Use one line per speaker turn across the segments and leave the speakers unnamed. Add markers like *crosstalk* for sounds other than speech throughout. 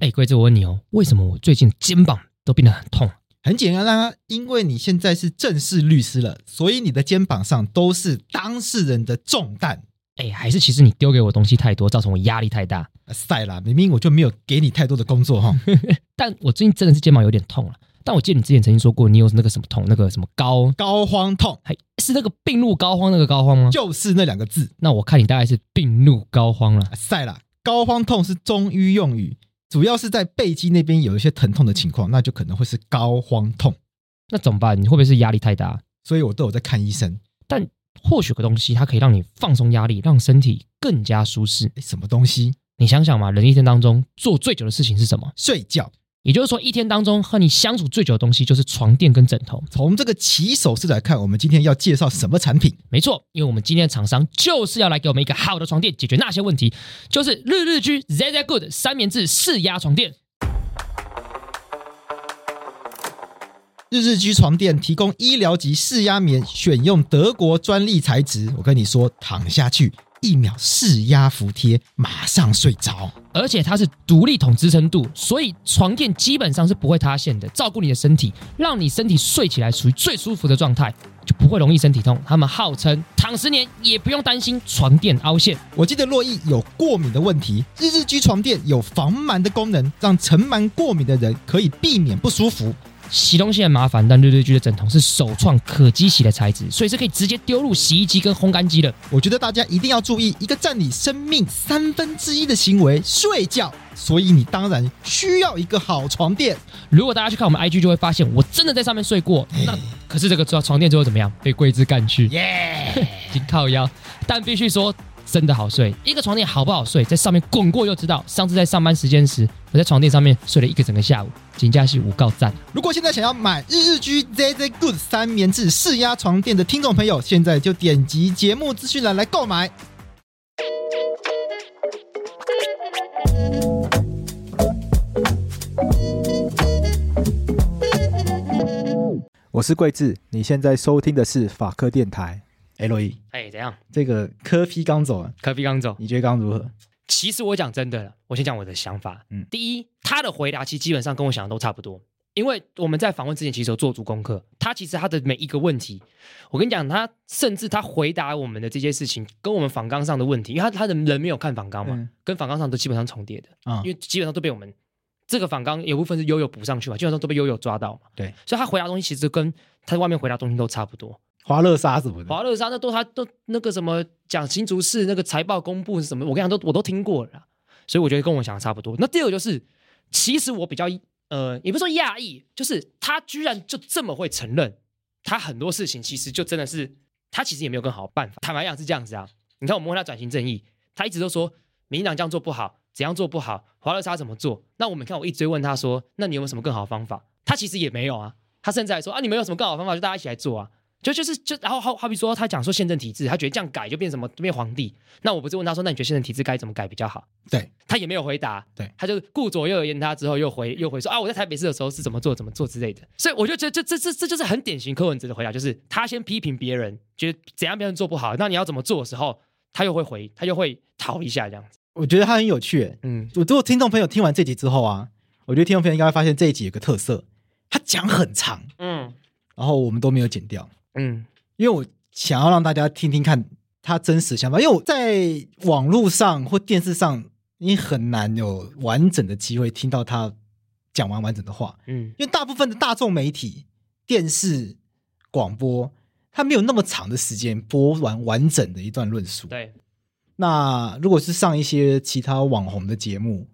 哎，贵子，我问你哦，为什么我最近肩膀都变得很痛？啊
很简单啦、因为你现在是正式律师了，所以你的肩膀上都是当事人的重担。
哎，还是其实你丢给我东西太多，造成我压力太大。
啊塞啦，明明我就没有给你太多的工作哈。
但我最近真的是肩膀有点痛了。但我记得你之前曾经说过，你有那个什么痛，那个什么高，
膏肓痛
还是那个病入膏肓那个膏肓吗？
就是那两个字。
那我看你大概是病入膏肓了
啊。塞啦，膏肓痛是中医用语，主要是在背肌那边有一些疼痛的情况，那就可能会是膏肓痛。
那怎么办？你会不会是压力太大？
所以我都有在看医生。
或许有个东西它可以让你放松压力，让身体更加舒适。
诶什么东西？
你想想嘛，人一天当中做最久的事情是什么？
睡觉。
也就是说，一天当中和你相处最久的东西就是床垫跟枕头。
从这个起手式来看，我们今天要介绍什么产品？
没错，因为我们今天的厂商就是要来给我们一个好的床垫，解决那些问题，就是日日居 ZZ Good 三棉质四压床垫。
日日居床垫提供医疗级释压棉，选用德国专利材质。我跟你说，躺下去一秒释压服贴，马上睡着。
而且它是独立筒支撑度，所以床垫基本上是不会塌陷的，照顾你的身体，让你身体睡起来处于最舒服的状态，就不会容易身体痛。他们号称躺十年也不用担心床垫凹陷。
我记得洛伊有过敏的问题，日日居床垫有防螨的功能，让尘螨过敏的人可以避免不舒服。
洗东西很麻烦，但日日居的枕头是首创可机洗的材质，所以是可以直接丢入洗衣机跟烘干机的。
我觉得大家一定要注意一个占你生命三分之一的行为——睡觉，所以你当然需要一个好床垫。
如果大家去看我们 IG，就会发现我真的在上面睡过。那可是这个床床垫最后怎么样？被桂枝干去， *laughs*
耶、
紧靠腰。但必须说，真的好睡。一个床垫好不好睡，在上面滚过就知道。上次在上班时间时，我在床垫上面睡了一个整个下午，请假是无告赞。
如果现在想要买日日居 ZZ Good 三棉质试压床垫的听众朋友，现在就点击节目资讯栏来购买。
我是桂智，你现在收听的是法科电台。
哎，洛伊，
哎，怎样？
这个科批刚走啊，
科比刚走。
你觉得刚刚如何？
其实我讲真的了，我先讲我的想法。嗯
嗯，
第一，他的回答其实基本上跟我想的都差不多，因为我们在访问之前其实有做足功课。他其实他的每一个问题，我跟你讲，他甚至他回答我们的这些事情，跟我们访纲上的问题，因为他他的人没有看访纲嘛，
嗯
跟访纲上都基本上重叠的，
啊
因为基本上都被我们这个访纲有部分是悠悠补上去嘛，基本上都被悠悠抓到嘛。
对，
所以他回答的东西其实跟他在外面回答的东西都差不多。
华乐沙什么的，
华乐沙那都他都那个什么讲新竹市那个财报公布是什么，我跟你讲都我都听过了啦，所以我觉得跟我想的差不多。那第二个就是，其实我比较呃，也不是说讶异，就是他居然就这么会承认，他很多事情其实就真的是他其实也没有更好的办法。坦白讲是这样子啊，你看我们问他转型正义，他一直都说民进党这样做不好，怎样做不好，华乐沙怎么做？那我们看我一直问他说，那你有没有什么更好的方法？他其实也没有啊，他甚至还说啊，你们有什么更好的方法，就大家一起来做啊。就就是就，然后好好比说，他讲说宪政体制，他觉得这样改就变什么变皇帝。那我不是问他说，那你觉得宪政体制该怎么改比较好？
对，
他也没有回答，
对，
他就顾左右而言他之后又回又回说啊，我在台北市的时候是怎么做怎么做之类的。所以我就觉得这这这这就是很典型柯文哲的回答，就是他先批评别人，觉得怎样别人做不好，那你要怎么做的时候，他又会回，他又会逃一下这样子。
我觉得它很有趣耶。
嗯，
我如果听众朋友听完这集之后啊，我觉得听众朋友应该会发现这一集有个特色，它讲很长，
嗯
然后我们都没有剪掉，
嗯，
因为我想要让大家听听看他真实想法，因为我在网络上或电视上，你很难有完整的机会听到他讲完完整的话，
嗯
因为大部分的大众媒体、电视、广播，它没有那么长的时间播完完整的一段论述。
对，
那如果是上一些其他网红的节目，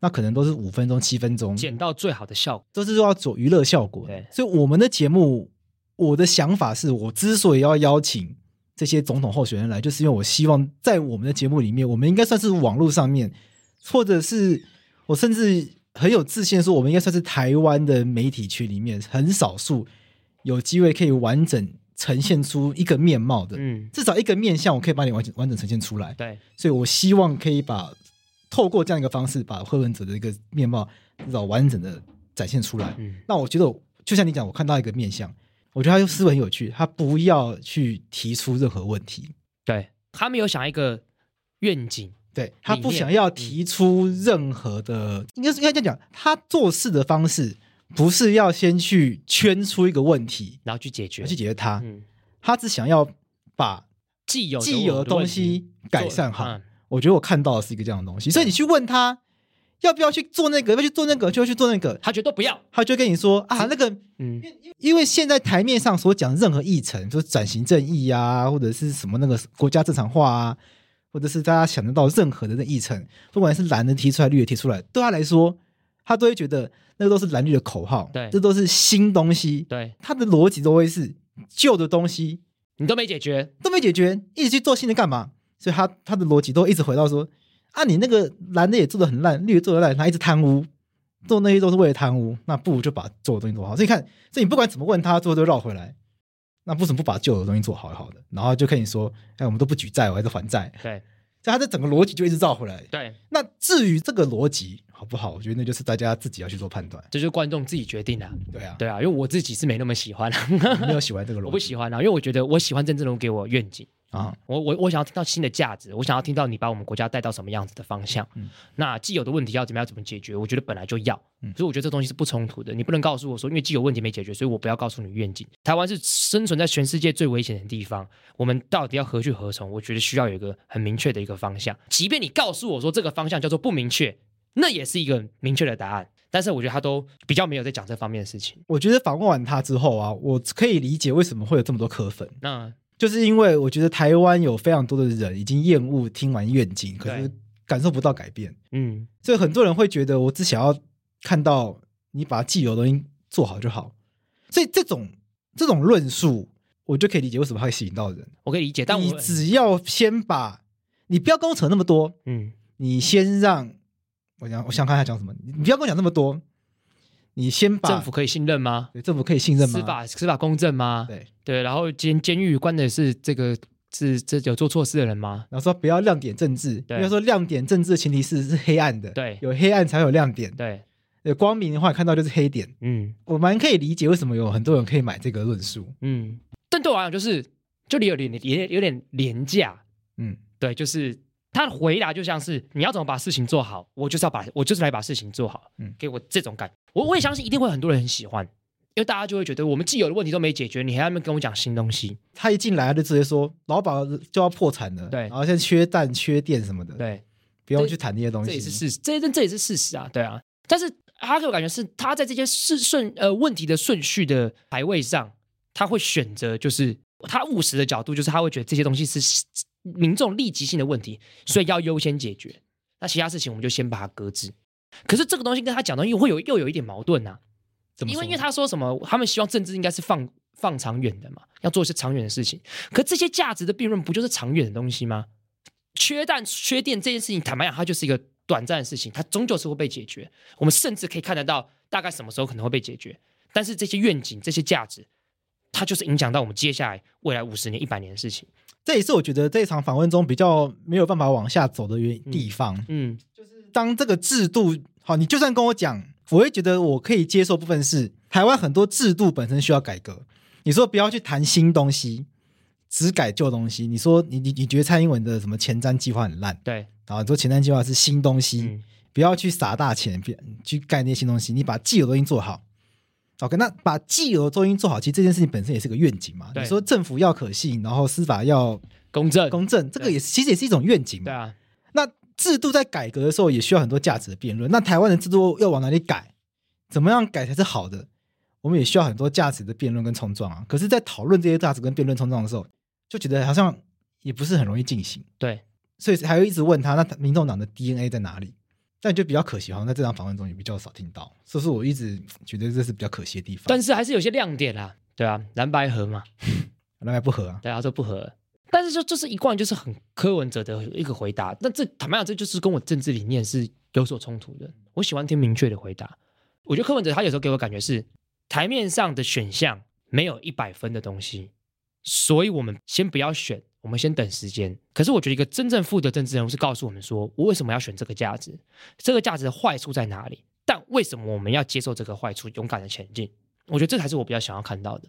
那可能都是五分钟、七分钟，
捡到最好的效果。
都是要走娱乐效果
对。
所以我们的节目，我的想法是我之所以要邀请这些总统候选人来，就是因为我希望在我们的节目里面，我们应该算是网络上面，或者是呃我甚至很有自信地说，我们应该算是台湾的媒体区里面很少数有机会可以完整呈现出一个面貌的。
嗯，
至少一个面相，我可以把你完整完整呈现出来。
对，
所以我希望可以把透过这样一个方式，把柯文哲的一个面貌至少完整的展现出来。
嗯
那我觉得我，就像你讲，我看到一个面相，我觉得他又思维很有趣，他不要去提出任何问题，
对，他没有想一个愿景，
对他不
理念
想要提出任何的，应该是应该这样讲，他做事的方式不是要先去圈出一个问题
然后去解决
去，解决它，
嗯，
他只想要把
既有
既有的东
问题
西改善好。
嗯
我觉得我看到的是一个这样的东西，所以你去问他要不要去做那个，要不要去做那个，就要去做那个，
他觉得都不要，
他就跟你说啊，那个
嗯，
因为现在台面上所讲任何议程，就是转型正义啊，或者是什么那个国家正常化啊，或者是大家想得到任何的那议程，不管是蓝的提出来，绿的提出来，对他来说，他都会觉得那个都是蓝绿的口号，
对
这都是新东西，
对
他的逻辑都会是旧的东西
你都没解决，
都没解决，一直去做新的干嘛？所以他他的逻辑都一直回到说啊，你那个蓝的也做的很烂，绿的做的烂，他一直贪污，做那些都是为了贪污，那不如就把做的东西做好。所以你看，所以你不管怎么问他，最后都绕回来。那为什么不把旧的东西做好好的？然后就跟你说，哎，我们都不举债，我还是还债。
对
所以他的整个逻辑就一直绕回来。
对，
那至于这个逻辑好不好，我觉得那就是大家自己要去做判断。
这就是观众自己决定的、
对啊，
对啊，因为我自己是没那么喜欢、啊
你没有喜欢这个逻
*laughs*
辑，
我不喜欢啊，因为我觉得我喜欢郑志龙给我愿景。
啊。
我我我想要听到新的价值，我想要听到你把我们国家带到什么样子的方向。
嗯
那既有的问题要怎么样怎么解决？我觉得本来就要，
嗯
所以我觉得这东西是不冲突的。你不能告诉我说，因为既有问题没解决，所以我不要告诉你愿景。台湾是生存在全世界最危险的地方，我们到底要何去何从？我觉得需要有一个很明确的一个方向。即便你告诉我说这个方向叫做不明确，那也是一个明确的答案。但是我觉得他都比较没有在讲这方面的事情。
我觉得访问完他之后啊，我可以理解为什么会有这么多磕粉。
那
就是因为我觉得台湾有非常多的人已经厌恶听完愿景，可是
对
感受不到改变，
嗯，
所以很多人会觉得我只想要看到你把既有的东西做好就好。所以这种这种论述，我就可以理解为什么它会吸引到人。
我可以理解，但
你
我
只要先把，你不要跟我扯那么多，
嗯
你先让我想我想看他讲什么，你不要跟我讲那么多，你先把
政府可以信任吗？
对政府可以信任吗？
司法司法公正吗？
对，
对，然后监监狱关的是这个是这有做错事的人吗？
然后说不要亮点政治，
对
应该说亮点政治的前提是是黑暗的，
对
有黑暗才有亮点，
对，
有光明的话看到就是黑点。
嗯
我蛮可以理解为什么有很多人可以买这个论述，
嗯，但对我来讲就是就有点也有点廉价，
嗯，
对，就是他的回答就像是你要怎么把事情做好，我就是要把我就是来把事情做好，
嗯
给我这种感觉，我我也相信一定会有很多人很喜欢，因为大家就会觉得我们既有的问题都没解决，你还要跟我讲新东西，
他一进来他就直接说老板就要破产了，
对
然后现在缺蛋缺电什么的，，
对，
不用去谈那些东
这
西，
也是事实，这这这也是事实啊，对啊。但是他给我感觉是他在这些事顺呃问题的顺序的排位上，他会选择就是他务实的角度，就是他会觉得这些东西是民众立即性的问题，所以要优先解决。那其他事情我们就先把它搁置。可是这个东西跟他讲的又会有又有一点矛盾呐、啊
怎么
因
说
为因为他说什么，他们希望政治应该是放放长远的嘛，要做一些长远的事情。可这些价值的辩论不就是长远的东西吗？缺蛋缺电这件事情，坦白讲，它就是一个短暂的事情，它终究是会被解决。我们甚至可以看得到大概什么时候可能会被解决。但是这些愿景、这些价值，它就是影响到我们接下来未来五十年、一百年的事情。
这也是我觉得这一场访问中比较没有办法往下走的原
嗯
地方，
嗯，
当这个制度好，你就算跟我讲，我会觉得我可以接受部分是台湾很多制度本身需要改革。你说不要去谈新东西，只改旧东西。你说你你你觉得蔡英文的什么前瞻计划很烂，
对，
然后你说前瞻计划是新东西，
嗯
不要去撒大钱，别去盖那些新东西，你把既有的东西做好。OK，那把既有的东西做好，其实这件事情本身也是个愿景嘛。
对
你说政府要可信，然后司法要
公正，
公正，这个也是其实也是一种愿景嘛。
对啊，
那制度在改革的时候，也需要很多价值的辩论。那台湾的制度要往哪里改？怎么样改才是好的？我们也需要很多价值的辩论跟冲撞啊。可是，在讨论这些价值跟辩论冲撞的时候，就觉得好像也不是很容易进行，
对，
所以还会一直问他，那民众党的 DNA 在哪里？但就比较可惜，好像在这场访问中也比较少听到，所以说我一直觉得这是比较可惜的地方。
但是还是有些亮点啦，对啊，蓝白合嘛，
那还不合啊，
对啊，这不合。但是就就是一贯就是很柯文哲的一个回答，那这坦白讲，这就是跟我政治理念是有所冲突的。我喜欢听明确的回答。我觉得柯文哲他有时候给我感觉是台面上的选项没有一百分的东西，所以我们先不要选，我们先等时间。可是我觉得一个真正负责政治人物是告诉我们说，我为什么要选这个价值，这个价值的坏处在哪里，但为什么我们要接受这个坏处，勇敢的前进。我觉得这才是我比较想要看到的。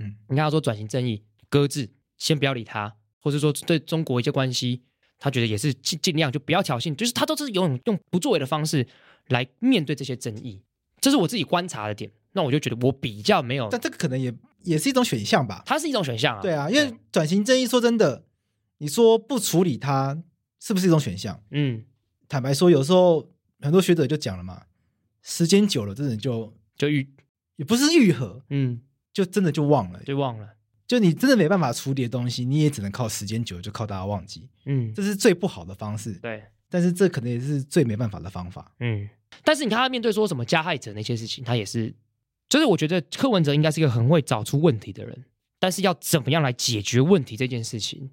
嗯
你看他说转型正义搁置，先不要理他，或者说对中国一些关系，他觉得也是尽尽量就不要挑衅，就是他都是用用不作为的方式来面对这些争议，这是我自己观察的点。那我就觉得我比较没有，
但这个可能也也是一种选项吧。
它是一种选项啊。
对啊，因为转型正义，说真的，你说不处理它，是不是一种选项？
嗯，
坦白说，有时候很多学者就讲了嘛，时间久了，真的就
就遇
也不是愈合，
嗯
就真的就忘了。
就忘了，
就你真的没办法处理的东西，你也只能靠时间久了，就靠大家忘记，
嗯，
这是最不好的方式。
对，
但是这可能也是最没办法的方法。
嗯，但是你看他面对说什么加害者那些事情，他也是，就是我觉得柯文哲应该是一个很会找出问题的人，但是要怎么样来解决问题这件事情，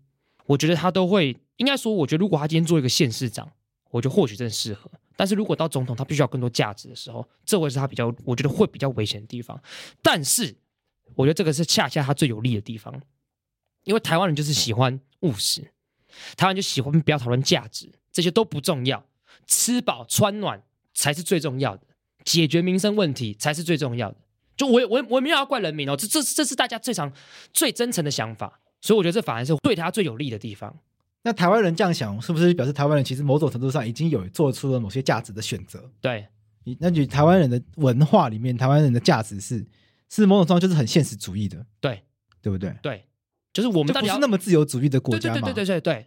我觉得他都会，应该说，我觉得如果他今天做一个县市长，我觉得或许真的适合，但是如果到总统，他必须要更多价值的时候，这会是他比较，我觉得会比较危险的地方。但是我觉得这个是恰恰他最有利的地方，因为台湾人就是喜欢务实，台湾就喜欢不要讨论价值，这些都不重要。吃饱穿暖才是最重要的，解决民生问题才是最重要的。就我也我也我也没有要怪人民哦，这这这是大家最常最真诚的想法，所以我觉得这反而是对他最有利的地方。
那台湾人这样想，是不是表示台湾人其实某种程度上已经有做出了某些价值的选择？
对，
你那你台湾人的文化里面，台湾人的价值是是某种程度上就是很现实主义的，
对
对不对？
对，就是我
我
们到底
不
要
是那么自由主义的国
对对
家
对
嘛？
对对对对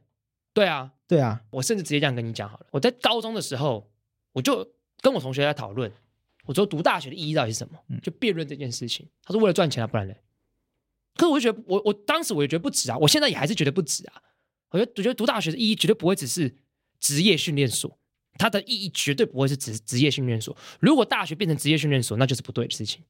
对啊！
对啊，
我甚至直接这样跟你讲好了，我在高中的时候，我就跟我同学在讨论，我说读大学的意义到底是什么
嗯，
就辩论这件事情。他说为了赚钱啊，不然嘞。可是我就觉得，我我当时我也觉得不值啊，我现在也还是觉得不值啊。我觉得，我觉得读大学的意义绝对不会只是职业训练所，它的意义绝对不会是职职业训练所。如果大学变成职业训练所，那就是不对的事情。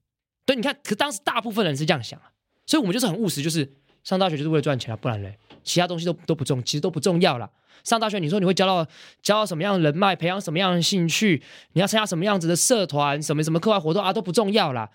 对，你看，可当时大部分人是这样想啊，所以我们就是很务实，就是上大学就是为了赚钱啊，不然嘞，其他东西都都不重，其实都不重要啦。上大学，你说你会交到交到什么样的人脉，培养什么样的兴趣，你要参加什么样子的社团，什么什么课外活动啊，都不重要啦。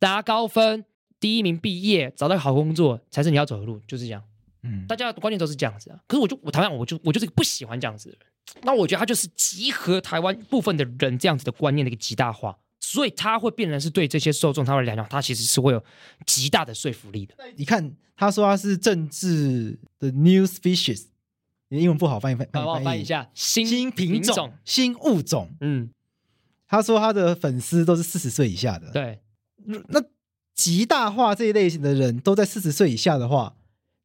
拿高分，第一名毕业，找到好工作才是你要走的路，就是这样。
嗯
大，家的观念都是这样子啊。可是我就我台湾，我就我就是不喜欢这样子的人。那我觉得他就是集合台湾部分的人这样子的观念的一个极大化，所以他会变成是对这些受众他会来讲，他其实是会有极大的说服力的。
你看他说他是政治的 new species，你的英文不好，翻译翻
好不好？翻
翻
译
译
一，下新
新品种、新物种。
嗯，
他说他的粉丝都是四十岁以下的，
对，
如那极大化这一类型的人都在四十岁以下的话，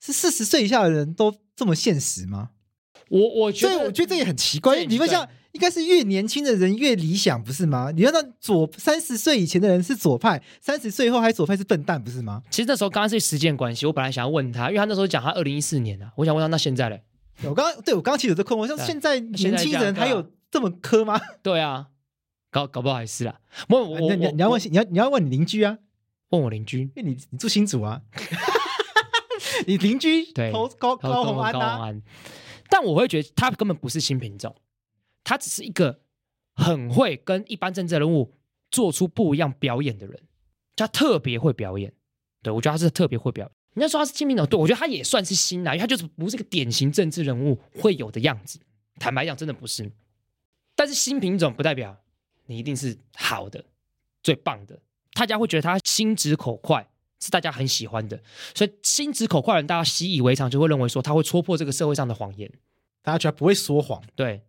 是四十岁以下的人都这么现实吗？
我我觉
所以
得
我觉得这也很奇
这
怪。
也
你们
奇怪
像应该是越年轻的人越理想，不是吗？你要让左三十岁以前的人是左派，三十岁以后还左派是笨蛋，不是吗？
其实那时候刚刚是时间关系，我本来想要问他，因为他那时候讲他二零一四年啊，我想问他那现在嘞？
我刚刚对我刚刚其实有这困惑，像
对
现在年轻人
现在这样啊
还有这么磕吗？
对啊，搞搞不好还是啦。问我
啊
我
你
我
你你要问
我
你要你要问你邻居啊，
问我邻居，
因为你你住新竹
*laughs*
啊，你邻居
对
投高
高
高红安
高宏
啊，
安。但我会觉得他根本不是新品种，他只是一个很会跟一般政治人物做出不一样表演的人，就他特别会表演。对我觉得他是特别会表演。人家说他是新品种，对我觉得他也算是新啊啦，因为他就是不是个典型政治人物会有的样子。坦白讲，真的不是。但是新品种不代表你一定是好的、最棒的，大家会觉得他心直口快，是大家很喜欢的。所以心直口快的人，大家习以为常，就会认为说他会戳破这个社会上的谎言。
大家觉得他不会说谎，
对，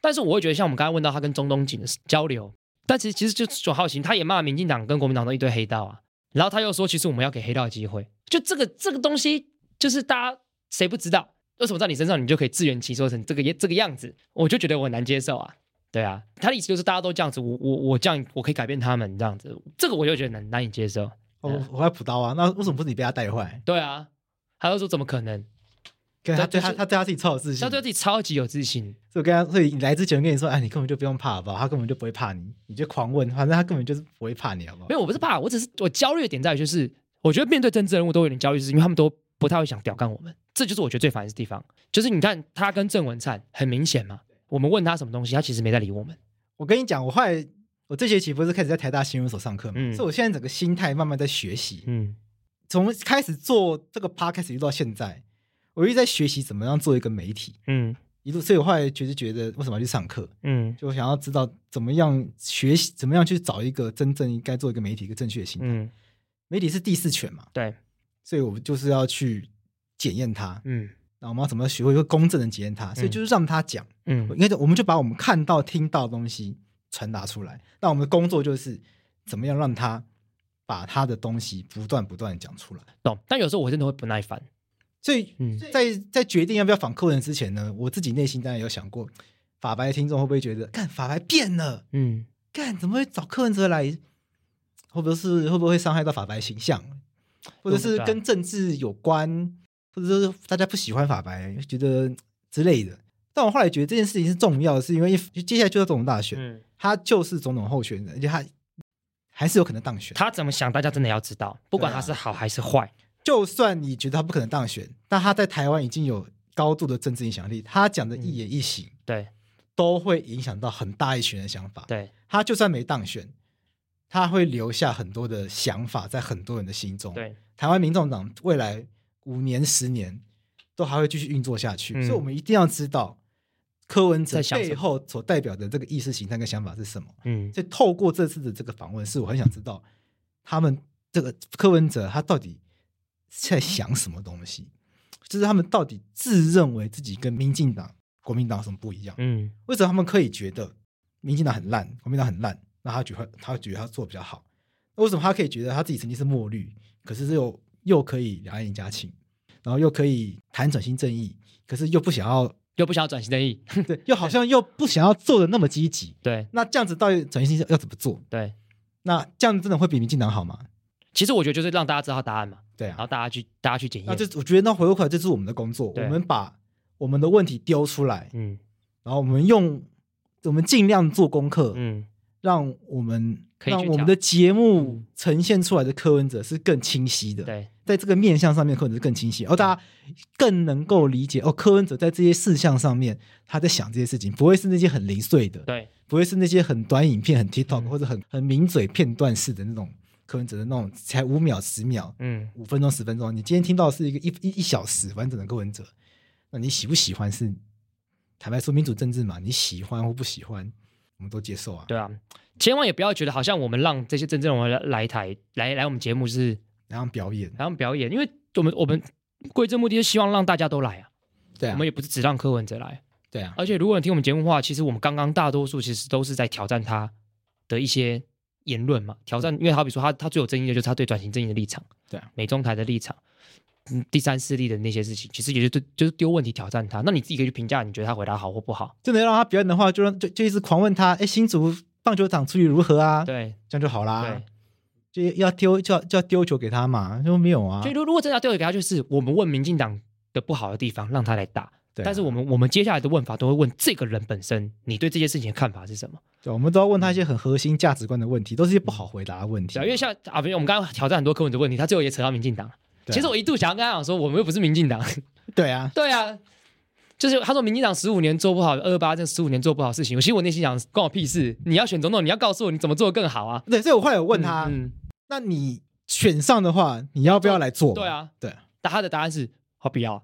但是我会觉得，像我们刚才问到他跟中东警的交流，但其实其实就就好奇，他也骂民进党跟国民党的一堆黑道啊，然后他又说，其实我们要给黑道机会，就这个这个东西，就是大家谁不知道，为什么在你身上你就可以自圆其说成这个这个样子，我就觉得我很难接受啊。对啊，他的意思就是大家都这样子，我我我这样我可以改变他们这样子，这个我就觉得难难以接受。
我我要补刀啊，那为什么不是你被他带坏？
对啊，他就说怎么可能？
可是他
对就
对他
是
他对他自己超有自信
他，对自己啊超级有自信，
所以我跟他，所以你来之前我跟你说，哎，你根本就不用怕，好不好？他根本就不会怕你，你就狂问，反正他根本就是不会怕你，好不好
没？有，我不是怕，我只是我焦虑的点在于，就是我觉得面对政治人物都有点焦虑，就是因为他们都不太会想屌干我们，这就是我觉得最烦的地方。就是你看他跟郑文灿很明显嘛，我们问他什么东西，他其实没在理我们。
我跟你讲，我后来我这学期不是开始在台大新闻所上课嘛，
嗯
所以我现在整个心态慢慢在学习。
嗯
从开始做这个 podcast 一路到现在，我一直在学习怎么样做一个媒体，
嗯
一路，所以我后来觉得觉得为什么要去上课，
嗯
就我想要知道怎么样学习，怎么样去找一个真正应该做一个媒体一个正确的心态。
嗯，
媒体是第四权嘛，
对，
所以我就是要去检验它，
嗯
那我们要怎么学会一个公正的检验他？所以就是让他讲，
嗯
应该就我们就把我们看到、听到的东西传达出来。那我们的工作就是怎么样让他把他的东西不断不断的讲出来。
懂。但有时候我真的会不耐烦，
所以
嗯
在在决定要不要访客人之前呢，我自己内心当然有想过，法白的听众会不会觉得，干法白变了，
嗯，
干怎么会找柯文哲来？会不会是会不会伤害到法白形象，或者是跟政治有关，或者是大家不喜欢法白，觉得之类的？但我后来觉得这件事情是重要的，是因为接下来就要总统大选，
嗯，
他就是总统候选人，而且他还是有可能当选。
他怎么想，大家真的要知道，不管
对啊
他是好还是坏，
就算你觉得他不可能当选，但他在台湾已经有高度的政治影响力，他讲的
嗯
一言一行、
对
都会影响到很大一群人的想法。
对，
他就算没当选，他会留下很多的想法在很多人的心中。，
对，
台湾民众党未来五年、十年都还会继续运作下去，
嗯
所以我们一定要知道柯文哲
在想什么
背后所代表的这个意识形态跟想法是什么。
嗯
所以透过这次的这个访问，是我很想知道他们这个柯文哲他到底在想什么东西，就是他们到底自认为自己跟民进党、国民党有什么不一样？
嗯
为什么他们可以觉得民进党很烂，国民党很烂，那他觉得他觉得他做得比较好？那为什么他可以觉得他自己曾经是墨绿，可是又又可以两岸一家亲，然后又可以谈转型正义，可是又不想要 *laughs*
又不想要转型正 *laughs* 义，
对，又好像又不想要做的那么积极？
对
那这样子到底转型正义要怎么做？
对。
那这样真的会比民进党好吗？
其实我觉得就是让大家知道答案嘛，
对
然
啊
后，大家去大家去检
那
验，
这我觉得那回过头来，这是我们的工作，
对
我们把我们的问题丢出来，
嗯
然后我们用我们尽量做功课，
嗯
让我们
可以去
让
讲
我们的节目呈现出来的柯文哲是更清晰的，
对
在这个面向上面，柯文哲是更清晰，而、大家更能够理解哦，柯文哲在这些事项上面他在想这些事情，不会是那些很零碎的，
对
不会是那些很短影片、很 TikTok、
嗯
或者很很名嘴片段式的那种柯文哲的那种才五秒、十秒、
嗯
五分钟、十分钟，你今天听到的是一个一一一小时完整的柯文哲，那你喜不喜欢是坦白说民主政治嘛？你喜欢或不喜欢，我们都接受啊。
对啊，千万也不要觉得好像我们让这些真正人物来来台来来我们节目是
然后表演，
来我们表演，因为我们我们归正目的是希望让大家都来啊，
对
我
啊
们，也不是只让柯文哲来，
对啊，
而且如果你听我们节目的话，其实我们刚刚大多数其实都是在挑战他的一些言论嘛，挑战，因为好比说他他最有争议的就是他对转型正义的立场，
对啊，
美中台的立场，嗯，第三势力的那些事情，其实也就对就是丢问题挑战他，那你自己可以去评价，你觉得他回答好或不好，啊
真的要让他表演的话，就让就就一直狂问他，哎，新竹棒球场处理如何啊？
对
这样就好啦
对。，
就要丢就要就要丢球给他嘛，就没有啊
所以。如如果真的要丢给他，就是我们问民进党的不好的地方，让他来打。
对啊
但是我们我们接下来的问法都会问这个人本身，你对这件事情的看法是什么？
对，啊我们都要问他一些很核心价值观的问题，都是一些不好回答的问题。
嗯对啊，因为像啊，比如我们刚刚挑战很多柯文哲问题，他最后也扯到民进党。
对啊
其实我一度想要跟他讲说，我们又不是民进
*laughs*
党。
对啊，
对啊，就是他说民进党十五年做不好，二八这十五年做不好的事情。我其实我内心想，关我屁事！你要选总统，你要告诉我你怎么做得更好啊。
对，所以我后来有问他，
嗯，
那你选上的话，你要不要来
嗯
做？
对，啊，
对啊，
答他的答案是好不要。啊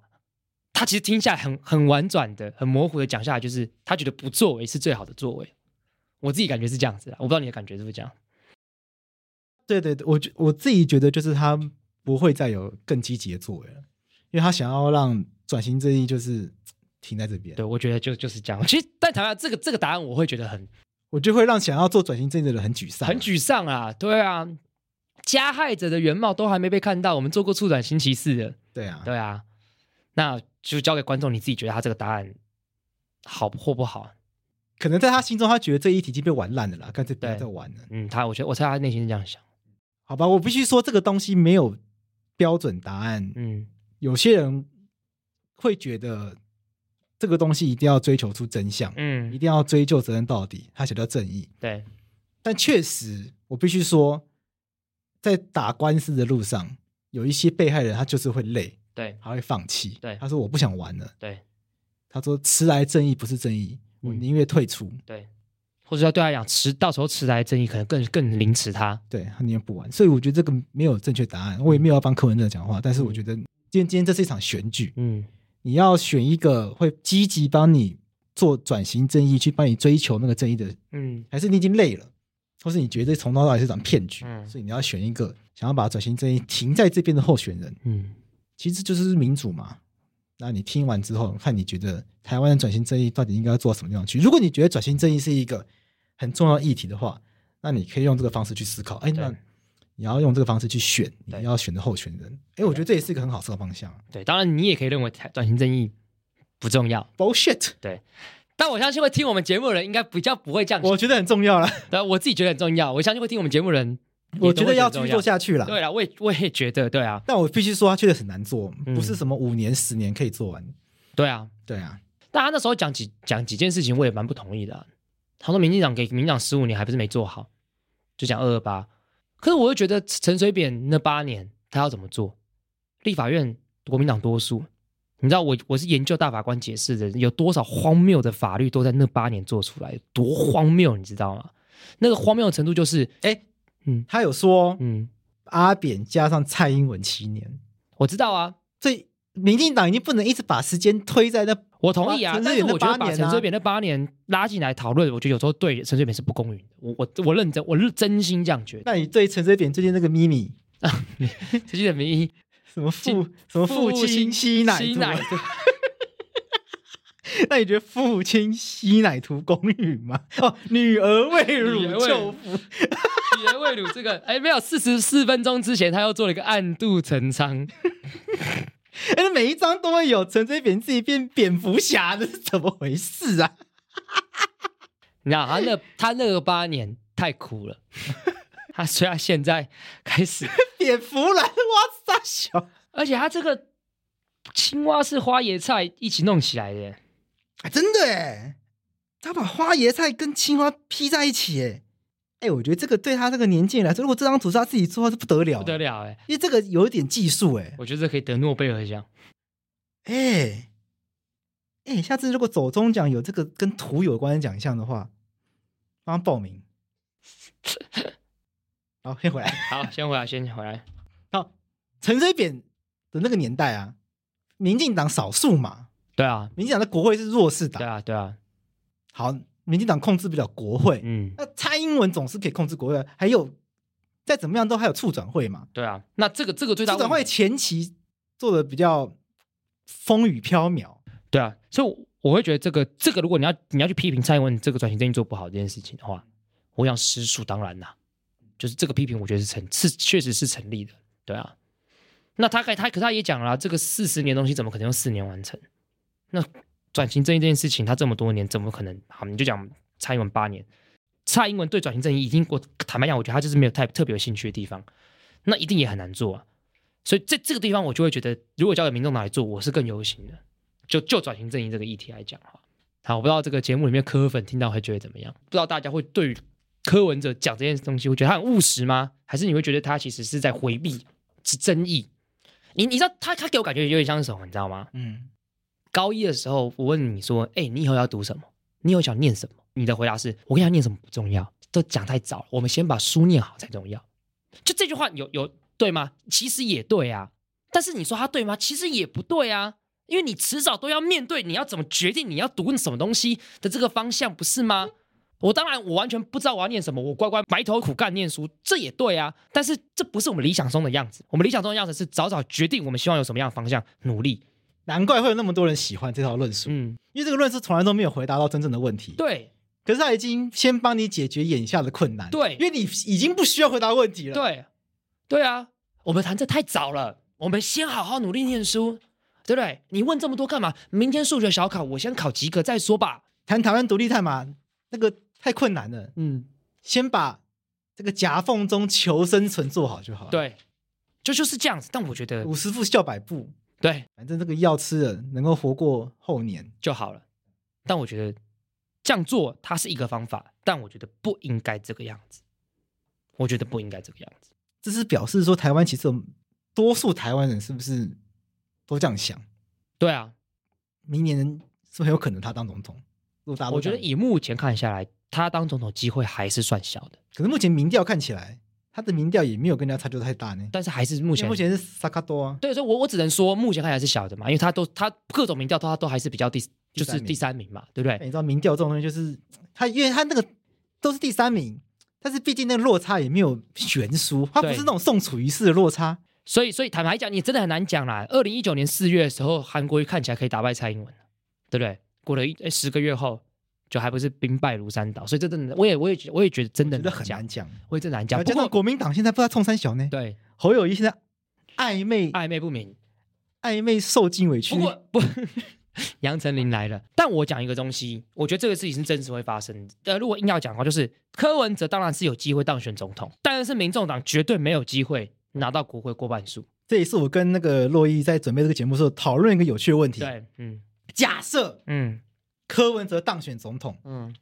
他其实听下来很很婉转的、很模糊的讲下来，就是他觉得不作为是最好的作为。我自己感觉是这样子啊，我不知道你的感觉是不是这样。
对对对，我觉我自己觉得就是他不会再有更积极的作为了，因为他想要让转型正义就是停在这边
对，。我觉得就就是这样。其实，但台湾这个这个答案，我会觉得很
我就会让想要做转型正义的人很沮丧，
很沮丧啊。对啊，加害者的原貌都还没被看到，我们做过促转星期四的，
对啊，
对啊，那就交给观众你自己觉得他这个答案好或不好。
可能在他心中，他觉得这一题已经被玩烂了啦，干脆不要
对
再玩了，
嗯，他我觉得我猜他内心是这样想。
好吧？我必须说，这个东西没有标准答案，
嗯，
有些人会觉得这个东西一定要追求出真相，一
嗯，
定要追究责任到底，他写到正义。
对，
但确实，我必须说，在打官司的路上，有一些被害人他就是会累，
对，
他会放弃。
对
他说我不想玩了。
对，
他说迟来正义不是正义，我
嗯
宁愿退出。
对，或者要对他讲迟，到时候迟来的正义可能更更凌迟他。
对他宁愿不玩。所以我觉得这个没有正确答案，我也没有要帮柯文哲讲话，但是我觉得今天今天这是一场选举，
嗯，
你要选一个会积极帮你做转型正义，去帮你追求那个正义的，
嗯
还是你已经累了，或是你觉得从头到尾是一场骗局，
嗯
所以你要选一个想要把转型正义停在这边的候选人。
嗯，
其实就是民主嘛，那你听完之后，看你觉得台湾的转型正义到底应该做到什么地方去？如果你觉得转型正义是一个很重要议题的话，那你可以用这个方式去思考。哎，
对
那你要用这个方式去选
对啊
你要选的候选人。哎，我觉得这也是一个很好的方向。啊
对，当然你也可以认为台转型正义不重要， *laughs*
Bullshit，
但我相信会听我们节目的人应该比较不会这样想。
我觉得很重要啦，
对，我自己觉得很重要，我相信会听我们节目的人也都
我
会
觉得要继
很
续
重
做下去啊啦。
对啦，我也我也觉得，对啊，
但我必须说，它确实很难做，
嗯
不是什么五年、十年可以做完。
对啊。
对啊，
但他那时候讲几讲几件事情，我也蛮不同意的啊、他说民进党给民进党十五年还不是没做好，就讲二二八。可是我又觉得陈水扁那八年他要怎么做？立法院国民党多数，你知道我我是研究大法官解释的，有多少荒谬的法律都在那八年做出来，多荒谬，你知道吗？那个荒谬的程度就是，
哎，
嗯
他有说
嗯，
阿扁加上蔡英文七年，
我知道啊，
所以民进党已经不能一直把时间推在那。
我同意啊
陈，水
但是
扁那
我觉得
八
把
年啊
陈水扁那八年拉进来讨论，我觉得有时候对陈水扁是不公允的。我我我认真，我是真心这样觉得。
那你对陈水扁最近那个咪咪，
陈水扁名义
什么父什么父亲吸奶
吸
图
奶，
*laughs* 那你觉得父亲吸奶图公允吗？ *laughs* 哦，女儿为
女
乳
儿为
救
乳 *laughs*
父，
女人喂乳这个，哎，没有四十四分钟之前，他又做了一个暗度陈仓，
哎，那每一张都会有陈水扁自己变蝙蝠侠，这是怎么回事啊？
你知道他那他那个八年太苦了，他所以他现在开始，
蝙蝠兰，哇塞，小，
而且他这个青蛙是花椰菜一起弄起来的耶，
啊真的哎，他把花椰菜跟青蛙 P 在一起哎，哎，我觉得这个对他这个年纪人来说，如果这张图是他自己做，是不得了，
不得，了哎，
因为这个有一点技术哎，
我觉得这可以得诺贝尔奖。
哎、哎、下次如果走中奖有这个跟图有关的奖项的话，帮他报名。好，先回来。
好，先回来，先回来，
好，陈水扁的那个年代啊，民进党少数嘛，
对啊，
民进党的国会是弱势
对
党。
啊，对啊，
好，民进党控制不了国会，
嗯。
那蔡英文总是可以控制国会啊，还有再怎么样都还有促转会嘛。
对啊，那这个这个最大
促转
问
会
题
前期做的比较风雨飘渺，
对啊，所以我我会觉得这个这个，如果你要你要去批评蔡英文这个转型正义做不好这件事情的话，我想实属当然啦、就是这个批评，我觉得是成是确实是成立的，对啊。那他该他可他也讲了啊、这个四十年的东西怎么可能用四年完成？那转型正义这件事情，他这么多年怎么可能？好，你就讲蔡英文八年，蔡英文对转型正义已经我坦白讲，我觉得他就是没有太特别有兴趣的地方，那一定也很难做啊。所以这这个地方，我就会觉得，如果交给民众拿来做，我是更忧心的。就就转型正义这个议题来讲哈，好，我不知道这个节目里面柯粉听到会觉得怎么样，不知道大家会对于柯文哲讲这件东西，会觉得他很务实吗？还是你会觉得他其实是在回避是争议？你你知道他他给我感觉有点像是什么，你知道吗？
嗯，
高一的时候，我问你说：“哎、你以后要读什么？你以后想念什么？”你的回答是：“我跟你讲，念什么不重要，都讲太早了。我们先把书念好才重要。”就这句话有有对吗？其实也对啊，但是你说它对吗？其实也不对啊，因为你迟早都要面对你要怎么决定你要读什么东西的这个方向，不是吗？我当然，我完全不知道我要念什么，我乖乖埋头苦干念书，这也对啊。但是这不是我们理想中的样子，我们理想中的样子是早早决定我们希望有什么样的方向，努力。
难怪会有那么多人喜欢这套论述。
嗯，
因为这个论述从来都没有回答到真正的问题。，
对，
可是他已经先帮你解决眼下的困难。
对
因为你已经不需要回答问题了。，
对，对啊，我们谈这太早了，我们先好好努力念书，对不对？你问这么多干嘛？明天数学小考，我先考及格再说吧。
谈台湾独立太嘛，那个太困难了，
嗯，
先把这个夹缝中求生存做好就好了。，
对，就就是这样子。但我觉得
五十步笑百步，
对
反正这个药吃了能够活过后年。
就好了，但我觉得这样做它是一个方法，但我觉得不应该这个样子。我觉得不应该这个样子。
这是表示说，台湾其实有多数台湾人是不是都这样想？
对啊，
明年是不是很有可能他当总统？如果大家都
我觉得
这样
以目前看下来，他当总统机会还是算小的，
可是目前民调看起来，他的民调也没有跟人家差距太大呢。
但是还是目
因
前
为目前是萨卡多啊，
对，所以我我只能说，目前看起来是小的嘛，因为他都他各种民调都他都还是比较第就
第三
是
名
第三名嘛，对不对？
哎你知道民调这种东西，就是他，因为他那个都是第三名，但是毕竟那个落差也没有悬殊，他不
对
是那种宋楚瑜式的落差，
所以，所以坦白讲，你真的很难讲啦。二零一九年四月的时候，韩国瑜看起来可以打败蔡英文，对不对？过了一诶十个月后，就还不是兵败如山倒。所以这真的，我也我也觉我也觉得真的
觉得
难
很难
讲，
讲。
我也真的难
然
讲。
后
不
加上
过
国民党现在不知道冲三小呢，
对
侯友谊现在暧昧
暧昧不明，
暧昧受尽委屈
不，过不， *laughs* 杨丞琳来了。但我讲一个东西，我觉得这个事情是真实会发生的。呃，如果硬要讲的话，就是柯文哲当然是有机会当选总统，但是民众党绝对没有机会拿到国会过半数。
这也是我跟那个洛伊在准备这个节目的时候讨论一个有趣的问题。
对，嗯
假设
嗯
柯文哲当选总统，
嗯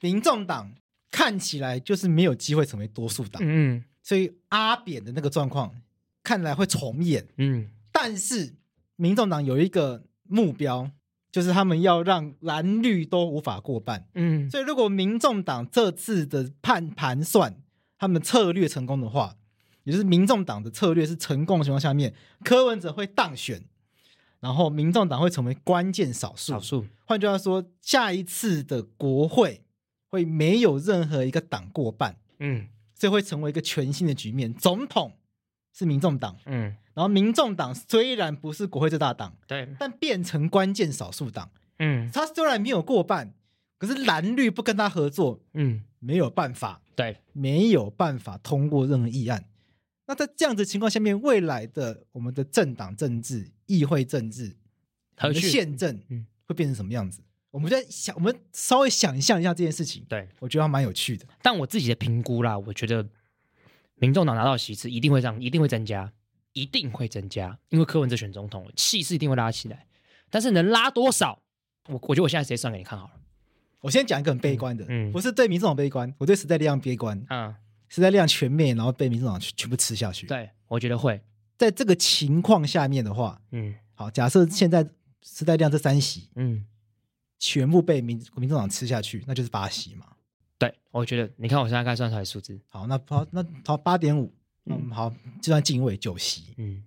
民众党看起来就是没有机会成为多数党，
嗯
所以阿扁的那个状况看来会重演。
嗯
但是民众党有一个目标，就是他们要让蓝绿都无法过半。
嗯，
所以如果民众党这次的判盘算，他们策略成功的话，也就是民众党的策略是成功的情况下面，柯文哲会当选，然后民众党会成为关键少数。
少数。
换句话说，下一次的国会会没有任何一个党过半，
嗯
所以会成为一个全新的局面。总统是民众党，
嗯，
然后民众党虽然不是国会最大党，
对，
但变成关键少数党。
嗯
他虽然没有过半，可是蓝绿不跟他合作，
嗯，
没有办法，
对，
没有办法通过任何议案。那在这样子的情况下面，未来的我们的政党政治、议会政治
和
我们的
煦
宪政
嗯
会变成什么样子？我们在想，我们稍微想象一下这件事情，
对。
我觉得还蛮有趣的。
但我自己的评估啦，我觉得民众党拿到席次一定会让，一定会增加，一定会增加，因为柯文哲选总统，气势一定会拉起来。但是能拉多少，我我觉得我现在直接算给你看好了。
我先讲一个很悲观的，
嗯嗯
不是对民众党悲观，我对时代力量悲观，
嗯，
时代力量全面，然后被民众党全全部吃下去。
对，我觉得会。
在这个情况下面的话，
嗯
好，假设现在时代力量这三席
嗯，
全部被民民众党吃下去，那就是八席嘛。
对，我觉得你看我现在该算出来的数字，
好，那好，那好，八点五，嗯，好，就算进位九席，
嗯，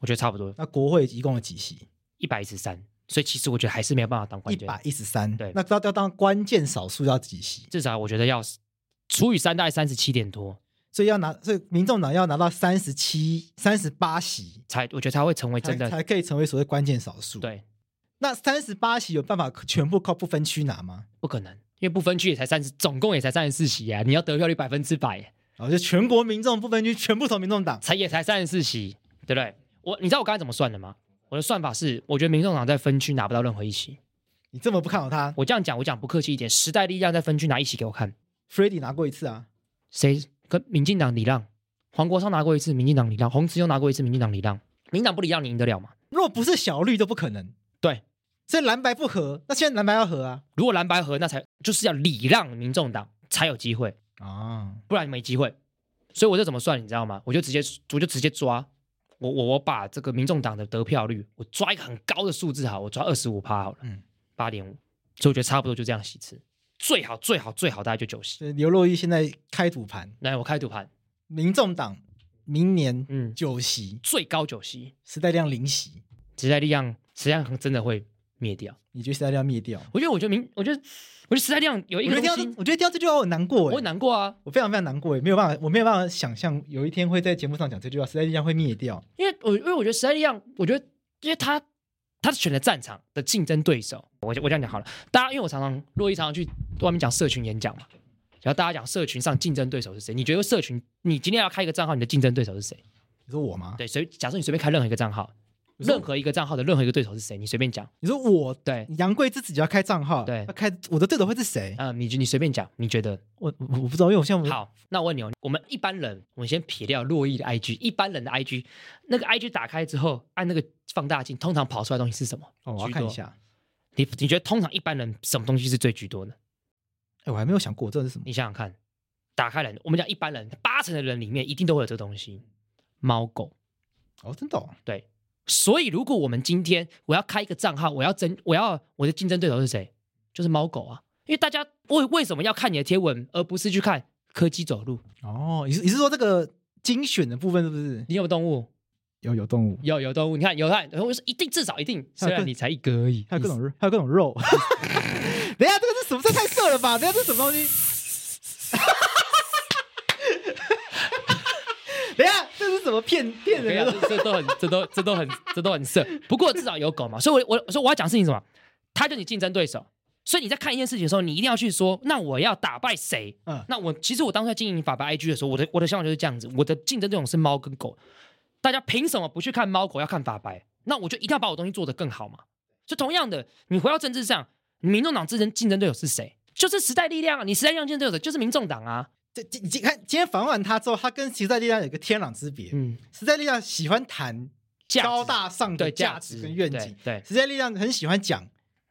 我觉得差不多
那国会一共有几席？
一百一十三，所以其实我觉得还是没有办法当
一
关键，
百一十三。
对
那要要当关键少数要几席？
至少我觉得要除以三大概三十七点多，
所以要拿，所以民众党要拿到三十七、三十八席，
才我觉得才会成为
才
真的
才可以成为所谓关键少数。，
对，
那三十八席有办法全部靠不分区拿吗？
不可能，因为不分区也才三十，总共也才三十四席啊！你要得票率百分之百，
然哦后就全国民众不分区全部投民众党，
才也才三十四席，对不对？我你知道我刚才怎么算的吗？我的算法是，我觉得民众党在分区拿不到任何一席。
你这么不看好他
我这样讲，我讲不客气一点，时代力量在分区拿一席给我看，
f r e d d y 拿过一次啊，
谁跟民进党礼让？黄国昌拿过一次，民进党礼让；洪慈庸拿过一次，民进党礼让。民进党不礼让，你赢得了吗？
如果不是小绿都不可能。
对，
所以蓝白不合，那现在蓝白要合啊。
如果蓝白合，那才就是要礼让民众党才有机会，
啊，
不然没机会。所以我就怎么算，你知道吗？我就直接我就直接抓，我我我把这个民众党的得票率，我抓一个很高的数字好，我抓二十五趴好了，
嗯
八点五，所以我觉得差不多就这样几次，最好最好最好大概就九十。
所以刘若英现在开赌盘，
来，我开赌盘，
民众党明年
嗯，
九席，
最高九席，
时代力量零席，
时代力量时代力量真的会灭掉。
你觉得时代力量灭掉？
我觉得，我觉得民，我觉得，我觉得时代力量有
我
一
觉
个
得
东
掉
西，，
我觉得掉这欸句话我很难过
我
哎、
很难过啊，
我非常非常难过欸耶，没有办法，我没有办法想象有一天会在节目上讲这句话，时代力量会灭掉。
因为我因为我觉得时代力量，我觉得因为他他选的战场的竞争对手，我就我这样讲好了，大家因为我常常洛伊常常去外面讲社群演讲嘛，然后大家讲社群上竞争对手是谁？你觉得社群你今天要开一个账号，你的竞争对手是谁？
你说我吗？
对，随假设你随便开任何一个账号，
你说
任何一个账号的任何一个对手是谁？你随便讲，
你说我
对，
杨贵自己要开账号，
对
要开我的对手会是谁？
啊、你你随便讲，你觉得
我我我不知道，因为我现在
好？那我问你哦，我们一般人，我们先撇掉洛伊的 IG，一般人的 IG，那个 IG 打开之后，按那个放大镜，通常跑出来的东西是什么？
哦，我要
居
看一
多
下。
你你觉得通常一般人什么东西是最居多的？
哎，我还没有想过这是什么。
你想想看，打开来，我们讲一般人，八成的人里面一定都会有这个东西，猫狗。
哦，真的、哦，
对，所以如果我们今天我要开一个账号，我要争，我要我的竞争对手是谁？就是猫狗啊，因为大家为为什么要看你的贴文，而不是去看柯基走路？
哦，你是你是说这个精选的部分是不是？
你有没有动物？
有有动物，
有有动物，你看有看，然后是一定至少一定，虽
还有各
然你才一格而已，
还有各
你
种肉，还有各种肉。 *laughs* 等一下，这个是什么？这太色了吧！等一下，这是什么东西？ *laughs* 等一下，这是什怎么骗骗
我跟你
人
讲
的？
啊这这都很，这都这都很，这都很色。不过至少有狗嘛，所以我我我说我要讲事情是什么，他就你竞争对手，所以你在看一件事情的时候，你一定要去说，那我要打败谁？
嗯
那我其实我当初在经营法白 IG 的时候，我的我的想法就是这样子，我的竞争对手是猫跟狗，大家凭什么不去看猫狗，要看法白？那我就一定要把我东西做得更好嘛。所以同样的，你回到政治上，民众党之争竞争对手是谁？就是时代力量啊！你时代力量竞争对手就是民众党啊！
这今今看今天访问完他之后，他跟时代力量有一个天壤之别。
嗯，
时代力量喜欢谈
价值
高大上的
对
价值
值
跟愿
对
景，
对，
时代力量很喜欢讲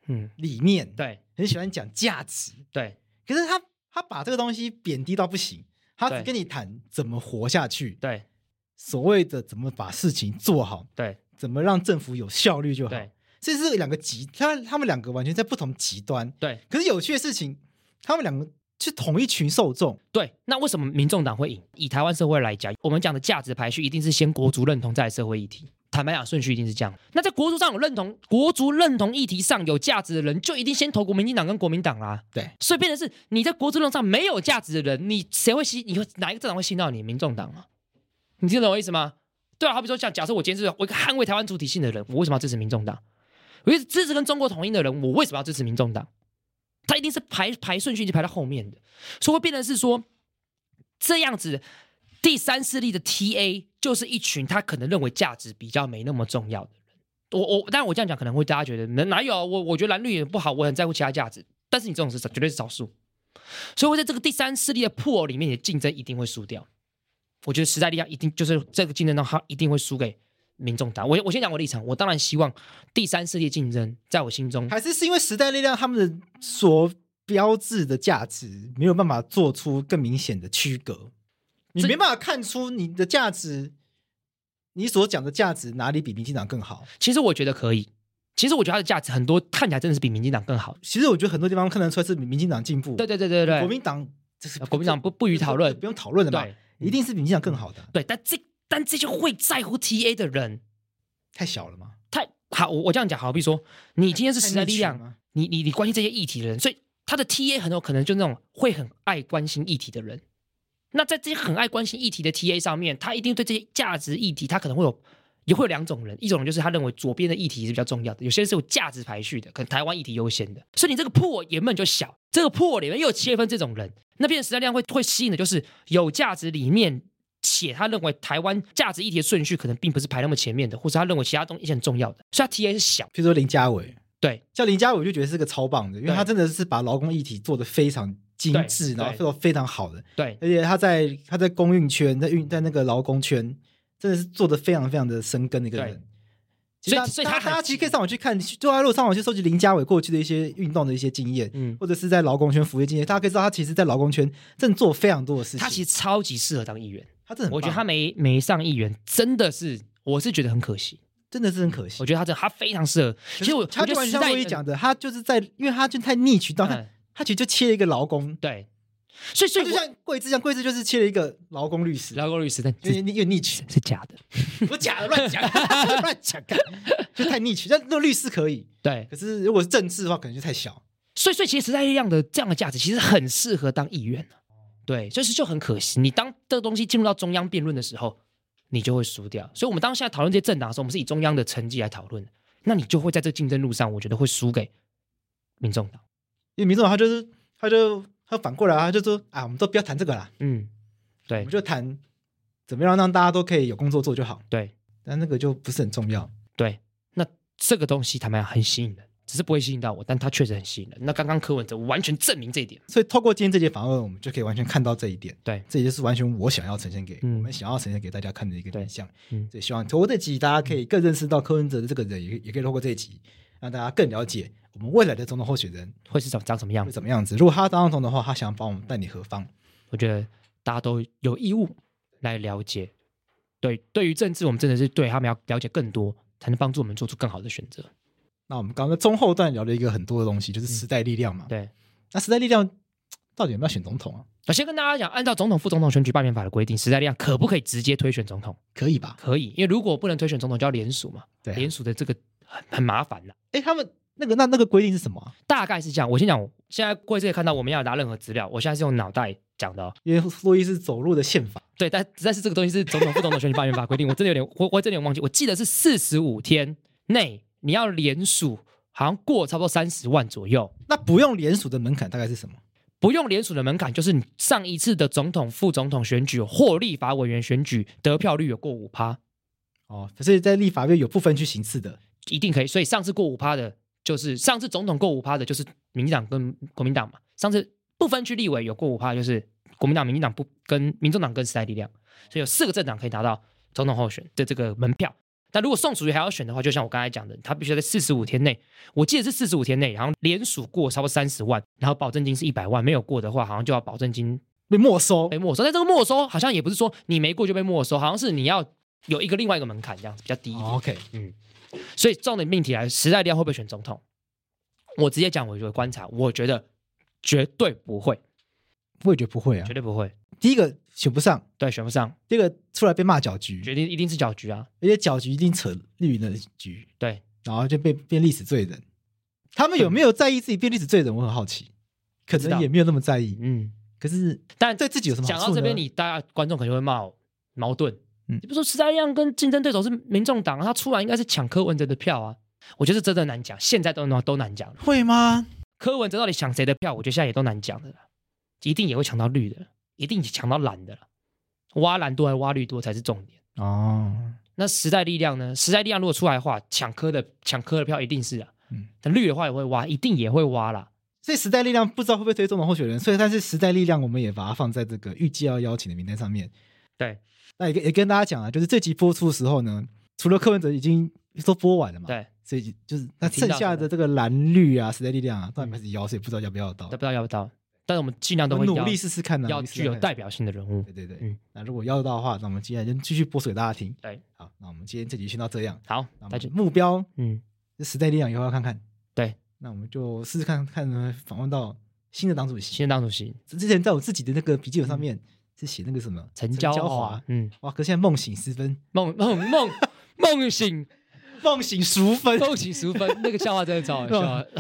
嗯，
理念，，
对
很喜欢讲价值。
对
可是他他把这个东西贬低到不行，他只
对
跟你谈怎么活下去，
对
所谓的怎么把事情做好，
对
怎么让政府有效率就好。
对
这是两个极，他他们两个完全在不同极端。
对
可是有趣的事情，他们两个是同一群受众，
对，那为什么民众党会赢？以台湾社会来讲，我们讲的价值排序一定是先国族认同，再来社会议题。坦白讲，顺序一定是这样。那在国族上有认同、国族认同议题上有价值的人，就一定先投国民进党跟国民党啦。
对，
所以变成是你在国族论上没有价值的人，你谁会吸？你会哪一个政党会吸引到你？民众党吗？你听懂我意思吗？对啊，好比说像假设我今天是我一个捍卫台湾主体性的人，我为什么要支持民众党？我一直支持跟中国统一的人，我为什么要支持民众党？他一定是排排顺序，一直排到后面的，所以会变成是说这样子。第三势力的 TA 就是一群他可能认为价值比较没那么重要的人。我我，但我这样讲可能会大家觉得哪哪有啊我我觉得蓝绿也不好，我很在乎其他价值。但是你这种是绝对是少数，所以会在这个第三势力的破里面，你的竞争一定会输掉。我觉得时代力量一定就是这个竞争中，他一定会输给民众党。我我先讲我的立场，我当然希望第三势力竞争在我心中
还是是因为时代力量他们的所标志的价值没有办法做出更明显的区隔，你
这
没办法看出你的价值，你所讲的价值哪里比民进党更好。
其实我觉得可以。其实我觉得它的价值很多，看起来真的是比民进党更好。
其实我觉得很多地方看得出来是民进党进步，
对对对对对，
国民党这是
国民党不不予讨论
不用讨论的嘛
对，嗯
一定是民进党更好的，
对，但这但这些会在乎 TA 的人，
太小了嘛。
太好，我我这样讲，好比说，你今天是时代力
太内
量
卷吗，
你你你关心这些议题的人，所以他的 TA 很有可能就那种会很爱关心议题的人。那在这些很爱关心议题的 TA 上面，他一定对这些价值议题，他可能会有也会有两种人，一种人就是他认为左边的议题是比较重要的，有些是有价值排序的，可能台湾议题优先的，所以你这个破原本就小，这个破里面又有切分这种人，那变成时代力量会会吸引的就是有价值里面。且他认为台湾价值议题的顺序可能并不是排那么前面的，或者他认为其他东西很重要的，所以他 TA 是小，
比如说林家伟，
对，
像林家伟我就觉得是个超棒的，因为
对
他真的是把劳工议题做得非常精致，
对
然后
对
做得非常好的，
对
而且他在他在公运圈，在运
嗯
在那个劳工圈，真的是做得非常非常的深耕的一个人
对。
其实
所以
大
所以
大
他
家
很
大家其实可以上网去看，就他如果上网去收集林家伟过去的一些运动的一些经验，
嗯
或者是在劳工圈服务业经验，大家可以知道他其实，在劳工圈正做非常多的事情。
他其
实
实超级适合当议员，
他真的很棒，
我觉得他没没上议员真的是，我是觉得很可惜。
真的是很可惜
我。觉得他真的他非常适合，其实我
他
我觉
就
得
完
时
像
代
我一讲的，他就是在，因为他就太逆渠道，他
嗯
他其实就切了一个劳工，
对，所以所
他
以
就
我
像桂枝一样，桂枝就是切了一个劳工律师，
劳工律师，但
因为
是
因为逆渠，
是假的，
*laughs* 我假的乱讲，乱讲，干就太逆渠。但那律师可以，
对，
可是如果是政治的话，可能就太小。
所以所以其实时代力量的这样的价值其实很适合当议员啊对，就是就很可惜，你当这个东西进入到中央辩论的时候，你就会输掉。所以我们当下讨论这些政党的时候，我们是以中央的成绩来讨论的，那你就会在这个竞争路上，我觉得会输给民众党。
因为民众他就是他就他反过来啊，他就说啊，我们都不要谈这个啦，
嗯，
我
对
们就谈怎么样让大家都可以有工作做就好。
对，
但那个就不是很重要。
对，那这个东西坦白讲很吸引人，只是不会吸引到我，但它确实很吸引人。那刚刚柯文哲完全证明这一点。
所以透过今天这节访问，我们就可以完全看到这一点。
对
这也就是完全我想要呈现给、
嗯
我们想要呈现给大家看的一个
对
景象。
嗯
所以希望通过这集，大家可以更认识到柯文哲的这个人，也也可以透过这一集，让大家更了解我们未来的总统候选人
会是长长什么样
会
子？
怎么样子。如果他当总统的话，他想要帮我们带你何方？
我觉得大家都有义务来了解。对，对于政治，我们真的是对他们要了解更多，才能帮助我们做出更好的选择。
那我们刚刚在中后段聊了一个很多的东西，就是时代力量嘛。
嗯对，
那时代力量到底有没有选总统啊？
我先跟大家讲，按照总统、副总统选举罢免法的规定，时代力量可不可以直接推选总统？
可以吧？
可以，因为如果不能推选总统，就要联署嘛。
对啊
联署的这个很很麻烦的。
哎，他们那个那那个规定是什么啊、
大概是这样，我先讲，现在贵这个看到我们要拿任何资料，我现在是用脑袋讲的、哦。
因为洛伊是走路的宪法，
对，但但是这个东西是总统副总统选举罢免法规定，我真的有点我我真的有点忘记，我记得是四十五天内你要联署，好像过差不多三十万左右。
那不用联署的门槛大概是什么？
不用联署的门槛就是你上一次的总统、副总统选举或立法委员选举得票率有过五趴，
哦，所以在立法院有不分区形式的，
一定可以。所以上次过五趴的，就是上次总统过五趴的，就是民进党跟国民党嘛。上次不分区立委有过五趴，就是国民党、民进党不跟民众党跟时代力量，所以有四个政党可以拿到总统候选的这个门票。但如果宋楚瑜还要选的话，就像我刚才讲的，他必须在四十五天内，我记得是四十五天内，然后连署过差不多三十万，然后保证金是一百万，没有过的话，好像就要保证金
被没收
被。没收。但这个没收好像也不是说你没过就被没收，好像是你要有一个另外一个门槛，这样子比较低一点。
哦 OK，
所以重点命题来，时代力量会不会选总统？我直接讲我的观察，我觉得绝对不会，
我也觉得不会啊
绝。对不会，
第一个选不上，
对，选不上，
第二个出来被骂搅局，
决定一定是搅局啊，
而且搅局一定扯绿营的局，
对，
然后就被变历史罪人。他们有没有在意自己变历史罪人？我很好奇，可
知道
能也没有那么在意。
嗯，
可是
但
对自己有什么好
讲
处
到这边，
呢
你大家观众可能会骂我矛盾，
嗯
你不说时代力量跟竞争对手是民众党啊，他出来应该是抢柯文哲的票啊，我觉得这真的难讲，现在都都难讲，
会吗？
柯文哲到底抢谁的票，我觉得现在也都难讲的啦，一定也会抢到绿的，一定抢到蓝的了，挖蓝多还挖绿多才是重点。
哦，
那时代力量呢？时代力量如果出来的话，抢科的抢科的票一定是啊，
嗯
但绿的话也会挖，一定也会挖啦。
所以时代力量不知道会不会推总统候选人，所以但是时代力量我们也把它放在这个预计要邀请的名单上面。
对，
那也跟也跟大家讲啊，就是这集播出的时候呢，除了柯文哲已经都播完了嘛，，
对，
所以就是那
听到
剩下
什么
的这个蓝绿啊、时代力量啊，都还没开始邀，所以不知道要不要到
但不。知道要不到，但是我们尽量都
我
会
们努
邀
力试试看呢、啊，
要
努力试试
具有
看
代表性的人物
对。对对，
嗯
那如果要得到的话，那我们今天就继续播给大家听。
对，
好，那我们今天这集先到这样。
好
那，
那
我们
就
目标
嗯，
是时代力量以后要看看。
对，
那我们就试试看看呢，访问到新的党主席。
新任党主席
之前在我自己的那个笔记本上面是写那个什么
嗯陈娇华，，嗯，
哇，可现在梦醒
*laughs*
时分，
梦梦梦梦醒
梦醒熟
*laughs*
分，
梦醒时分，那个笑话真的超好
*laughs*
笑啊。 *laughs*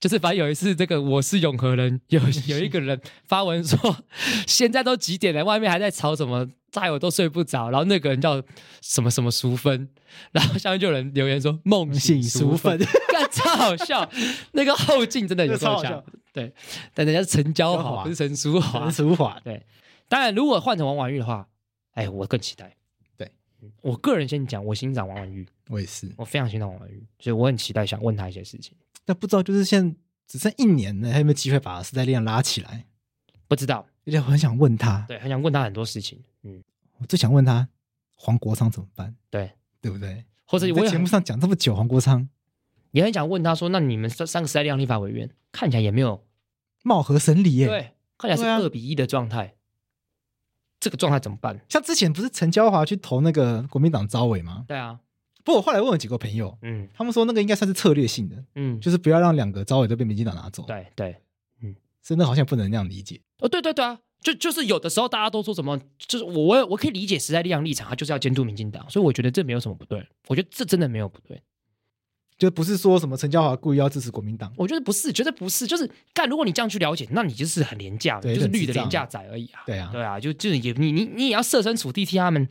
就是反正有一次，这个我是永和人，有有一个人发文说，现在都几点了，外面还在吵什么，害我都睡不着。然后那个人叫什么什么淑芬， *laughs* 然后下面就有人留言说梦醒
醒
淑
熟
芬
分，，
*laughs* 干超好笑。那个后劲真的有
*laughs* 这个超
够
好
像
笑，
对，但人家是陈娇
娇
华，
华
不是陈淑华
*laughs* 陈。淑华，
当然，如果换成王婉玉的话，哎，我更期待。
对
嗯，我个人先讲，我欣赏王婉玉，
我也是。
我非常欣赏王婉玉，所以我很期待想问他一些事情。
但不知道就是现在只剩一年了，还有没有机会把时代力量拉起来？
不知道，
而且我很想问他，
对，很想问他很多事情，嗯，
我最想问他黄国昌怎么办，
对，
对不对？
或者
你
我
在
也
节目
很
上讲这么久，黄国昌
也很想问他说，那你们三三个时代力量立法委员看起来也没有
貌合神离耶。，
对，看起来是
对啊
二比一的状态，这个状态怎么办？
像之前不是陈娇华去投那个国民党招委吗？
对啊，
不过我后来问了几个朋友，
嗯
他们说那个应该算是策略性的，
嗯，
就是不要让两个招委都被民进党拿走。，
对对，
所以那好像不能那样理解。
哦对对对啊。就就是有的时候大家都说什么，就是我我我可以理解时代力量立场，他就是要监督民进党，所以我觉得这没有什么不对，我觉得这真的没有不对，
就不是说什么陈嘉华故意要支持国民党，
我觉得不是，绝对不是，就是干，如果你这样去了解，那你就是很廉价，
对
就是
很
绿
智
的
障
廉价仔而已啊，
对啊，
对啊，就就是也你你你也要设身处地替他们，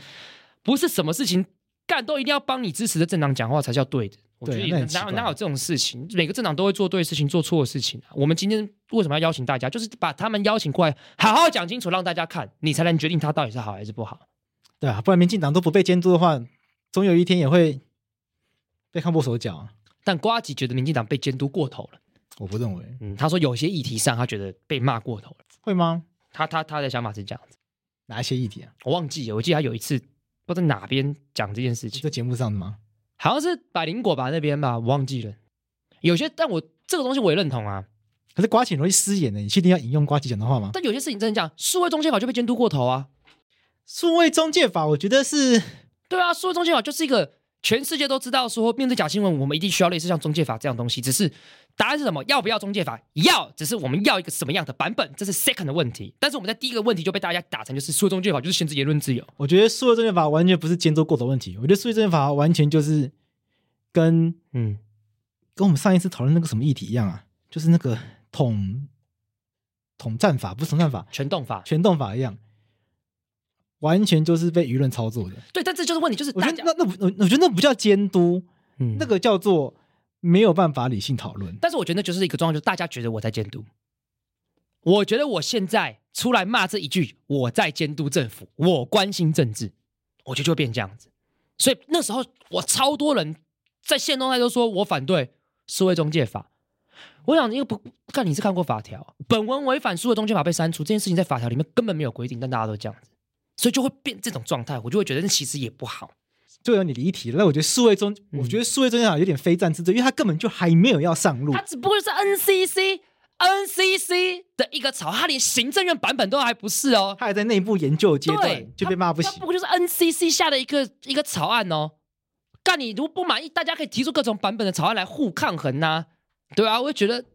不是什么事情干都一定要帮你支持的政党讲话才叫对的。我觉得
对啊
也
那很奇
哪有
怪
哪有这种事情？每个政党都会做对的事情，做错的事情啊、我们今天为什么要邀请大家？就是把他们邀请过来，好好讲清楚，让大家看，你才能决定他到底是好还是不好。
对啊，不然民进党都不被监督的话，总有一天也会被看破手脚啊。
但瓜吉觉得民进党被监督过头了。
我不认为
嗯，他说有些议题上他觉得被骂过头了。
会吗？
他他他的想法是这样子，
哪一些议题啊？
我忘记了，我记得他有一次不知道在哪边讲这件事情。
在节目上的吗？
好像是百灵果吧那边吧，我忘记了。有些，但我这个东西我也认同啊。
可是瓜姐很容易失言的，你确定要引用瓜姐讲的话吗？
但有些事情真的讲，数位中介法就被监督过头啊。
数位中介法，我觉得是
对啊，数位中介法就是一个全世界都知道说，面对假新闻，我们一定需要类似像中介法这样东西。只是答案是什么？要不要中介法？要，只是我们要一个什么样的版本，这是 second 的问题。但是我们在第一个问题就被大家打成就是数位中介法就是限制言论自由。
我觉得数位中介法完全不是监督过头问题，我觉得数位中介法完全就是跟
嗯，
跟我们上一次讨论那个什么议题一样啊，就是那个统统战法，不是统战法，
全动法
全动法一样。完全就是被舆论操作的。
对，但这就是问题，就是
我
大
觉
家
得那那不，我我觉得那不叫监督，
嗯
那个叫做没有办法理性讨论。
但是我觉得那就是一个状况，就是大家觉得我在监督。我觉得我现在出来骂这一句，我在监督政府，我关心政治，我觉得就会变这样子。所以那时候我超多人在线动态都说我反对数位中介法。我想，因为不看你是看过法条，啊本文违反数位中介法被删除这件事情，在法条里面根本没有规定，但大家都这样子，所以就会变这种状态，我就会觉得那其实也不好。
就有你离题了。那我觉得数位中，
嗯
我觉得数位中间啊有点非战之罪，因为他根本就还没有要上路
他。只不过是 NCC NCC 的一个草，他连行政院版本都还不是哦。
他还在内部研究阶
对
段，就被骂不
他
行
不。过就是 NCC 下的一个一个草案哦。干你如果不满意，大家可以提出各种版本的草案来互抗衡呐、对啊，我就觉得，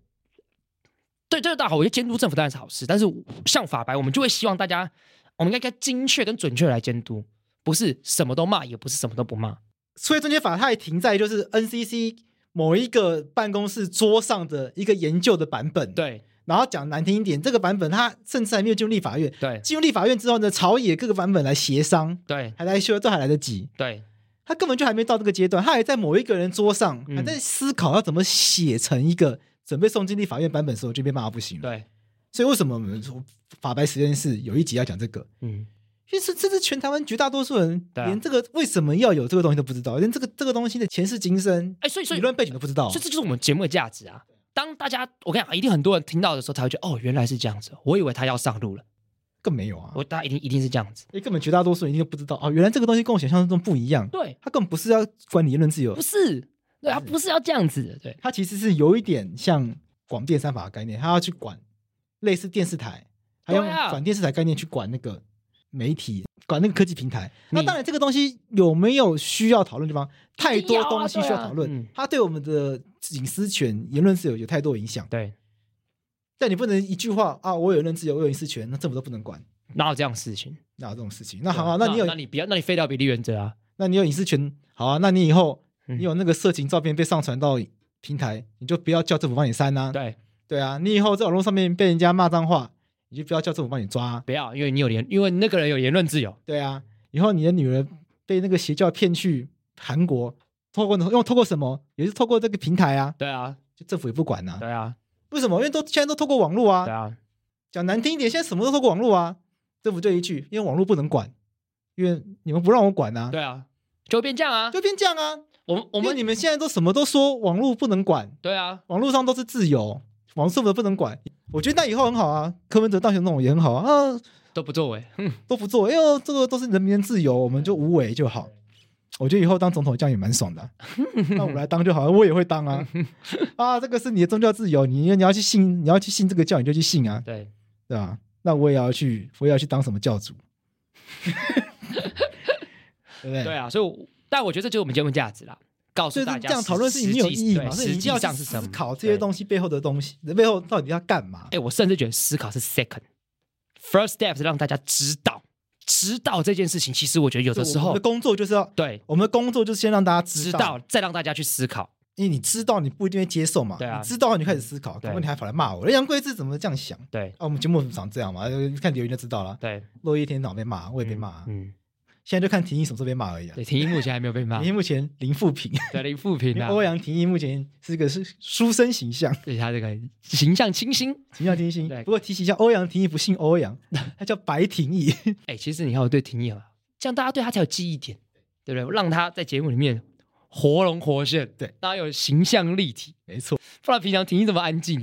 对这个倒好，我觉得监督政府当然是好事，但是像法白，我们就会希望大家，我们应该该精确跟准确地来监督，不是什么都骂，也不是什么都不骂。
数位中间法它还停在就是 NCC 某一个办公室桌上的一个研究的版本。，
对
然后讲难听一点，这个版本它甚至还没有进入立法院。
对
进入立法院之后呢，朝野各个版本来协商，
对
还来修，都还来得及。
对，
他根本就还没到这个阶段，他还在某一个人桌上，
嗯
还在思考要怎么写成一个准备送进立法院版本的时候就被骂不行了。
对，
所以为什么我们说法白实验室有一集要讲这个？
嗯，
因为是这是全台湾绝大多数人
对啊
连这个为什么要有这个东西都不知道，连这个这个东西的前世今生、
哎，所以所
理
以
论背景都不知道
所。以这就是我们节目的价值啊！当大家我跟你讲，一定很多人听到的时候，才会觉得哦，原来是这样子。我以为他要上路了，
更没有啊！
我大家一定一定是这样子。
哎，根本绝大多数人一定都不知道哦，原来这个东西跟我想象中不一样。
对，
他根本不是要管理言论自由
不，是，对他
是
不是要这样子的，对
他其实是有一点像广电三法的概念，他要去管类似电视台，他用
对啊
反电视台概念去管那个媒体，管那个科技平台。那
你
当然，这个东西有没有需要讨论的地方？太
定要
多
啊
东西需要讨
对啊嗯
论，它对我们的隐私权、言论自由有太多影响。
对，
但你不能一句话啊，我有言论自由，我有隐私权，那政府都不能管。
哪有这样的事情？
那有这种事情，那好啊，那
对
你有
那你不要，那你废掉比例原则啊！
那你有隐私权，好啊，那你以后
嗯
你有那个色情照片被上传到平台，你就不要叫政府帮你删啊。
对，
对啊，你以后在网络上面被人家骂脏话，你就不要叫政府帮你抓啊、
不要，因为你有言，因为那个人有言论自由。
对啊，以后你的女儿被那个邪教骗去韩国，透过用透过什么，也是透过这个平台啊，
对啊，
就政府也不管呐、
对啊，
为什么？因为都现在都透过网络
对
啊。
啊，
讲难听一点，现在什么都透过网络啊。政府就一句，因为网络不能管，因为你们不让我管呐、
对啊，就会变这样啊！
就变这样啊。
我们我
我
们
们你们现在都什么都说网络不能管，
对啊，
网络上都是自由，网政府不能管。我觉得那以后很好啊，柯文哲当选那种也很好啊，啊
都不作为，哼，
都不做，哎呦，这个都是人民的自由，我们就无为就好。我觉得以后当总统这样也蛮
*laughs*
爽的啊、那我来当就好了，我也会当啊。啊，这个是你的宗教自由，你你要去信，你要去信这个教，你就去信啊，
对，
对吧、那我也要去，我也要去当什么
*laughs*
教主，对不 *laughs* 对？
对啊，所以我，但我觉得这就是我们节目价值啦，告
所
诉
以
大
这
家
样
实
讨论事情没有
实
意
际
义嘛，
对
所以你
实
一定要
际
去
上是什
思
么？
考这些
对
东西背后的东西，背后到底要干嘛
哎、？我甚至觉得思考是 second first step，是让大家知道，知道这件事情。其实我觉得有的时
我
候
们的，工作就是要，
对，
我们的工作就是先让大家
知
知道，
道再让大家去思考。
因为你知道你不一定会接受嘛，
对啊
你知道你就开始思考，
对
可能你还跑来骂我，哎杨贵志怎么这样想？
对
啊，我们节目怎么长这样嘛？呃看留言就知道了。
对，
落叶天长被骂，我也被骂啊，
嗯，
现在就看婷宜什么时候被骂而已啊
对，。婷宜目前还没有被骂
*laughs* 婷，宜目前零负评，
对零负评
因为
啊，
欧阳婷宜目前是个是书生形象，
对他这个形象清新。
形象天
*laughs*
星
对。
不过提起一下，欧阳婷宜不姓欧阳， *laughs* 他叫白婷宜。
哎、其实你看我对婷宜好，这样大家对他才有记忆点，对不对？让他在节目里面活龙活现，
对，
大家有形象立体。
*laughs* 没错，
不然平常婷宜这么安静。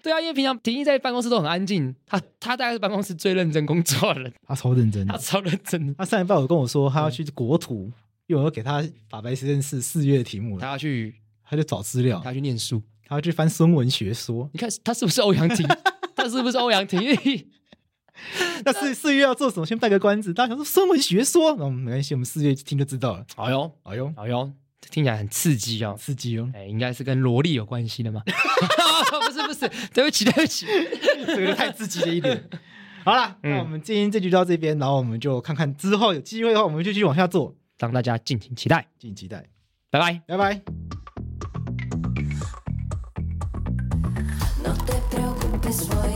对啊，因为平常婷宜在办公室都很安静，她她大概是办公室最认真工作的人，
他超认真
她
的。
超认真的，
他上一半有跟我说
嗯
他要去国图，因为我要给他法白实验室四月的题目
她
了，
要去
他就找资料
她，要去念书。
他要去翻孙文学说。
你看她是不是欧阳婷？她是不是欧阳婷？
*laughs* 那四四月要做什么？先卖个关子。大家想说孙文学说，嗯，没关系，我们四月听就知道了。
*laughs* 哎呦
哎呦，
哎呦，这听起来很刺激哦。
刺
*laughs*
激哦！
哎，应该是跟萝莉有关系的吗？ *laughs* 不是不是，对不起对不起。
这个就太刺激了一点。好啦，
嗯
那我们今天这局就到这边，然后我们就看看之后有机会的话，我们就继续往下做，
让大家敬请期待，
敬请期待。
拜拜。
拜拜。
No te preocupes, voy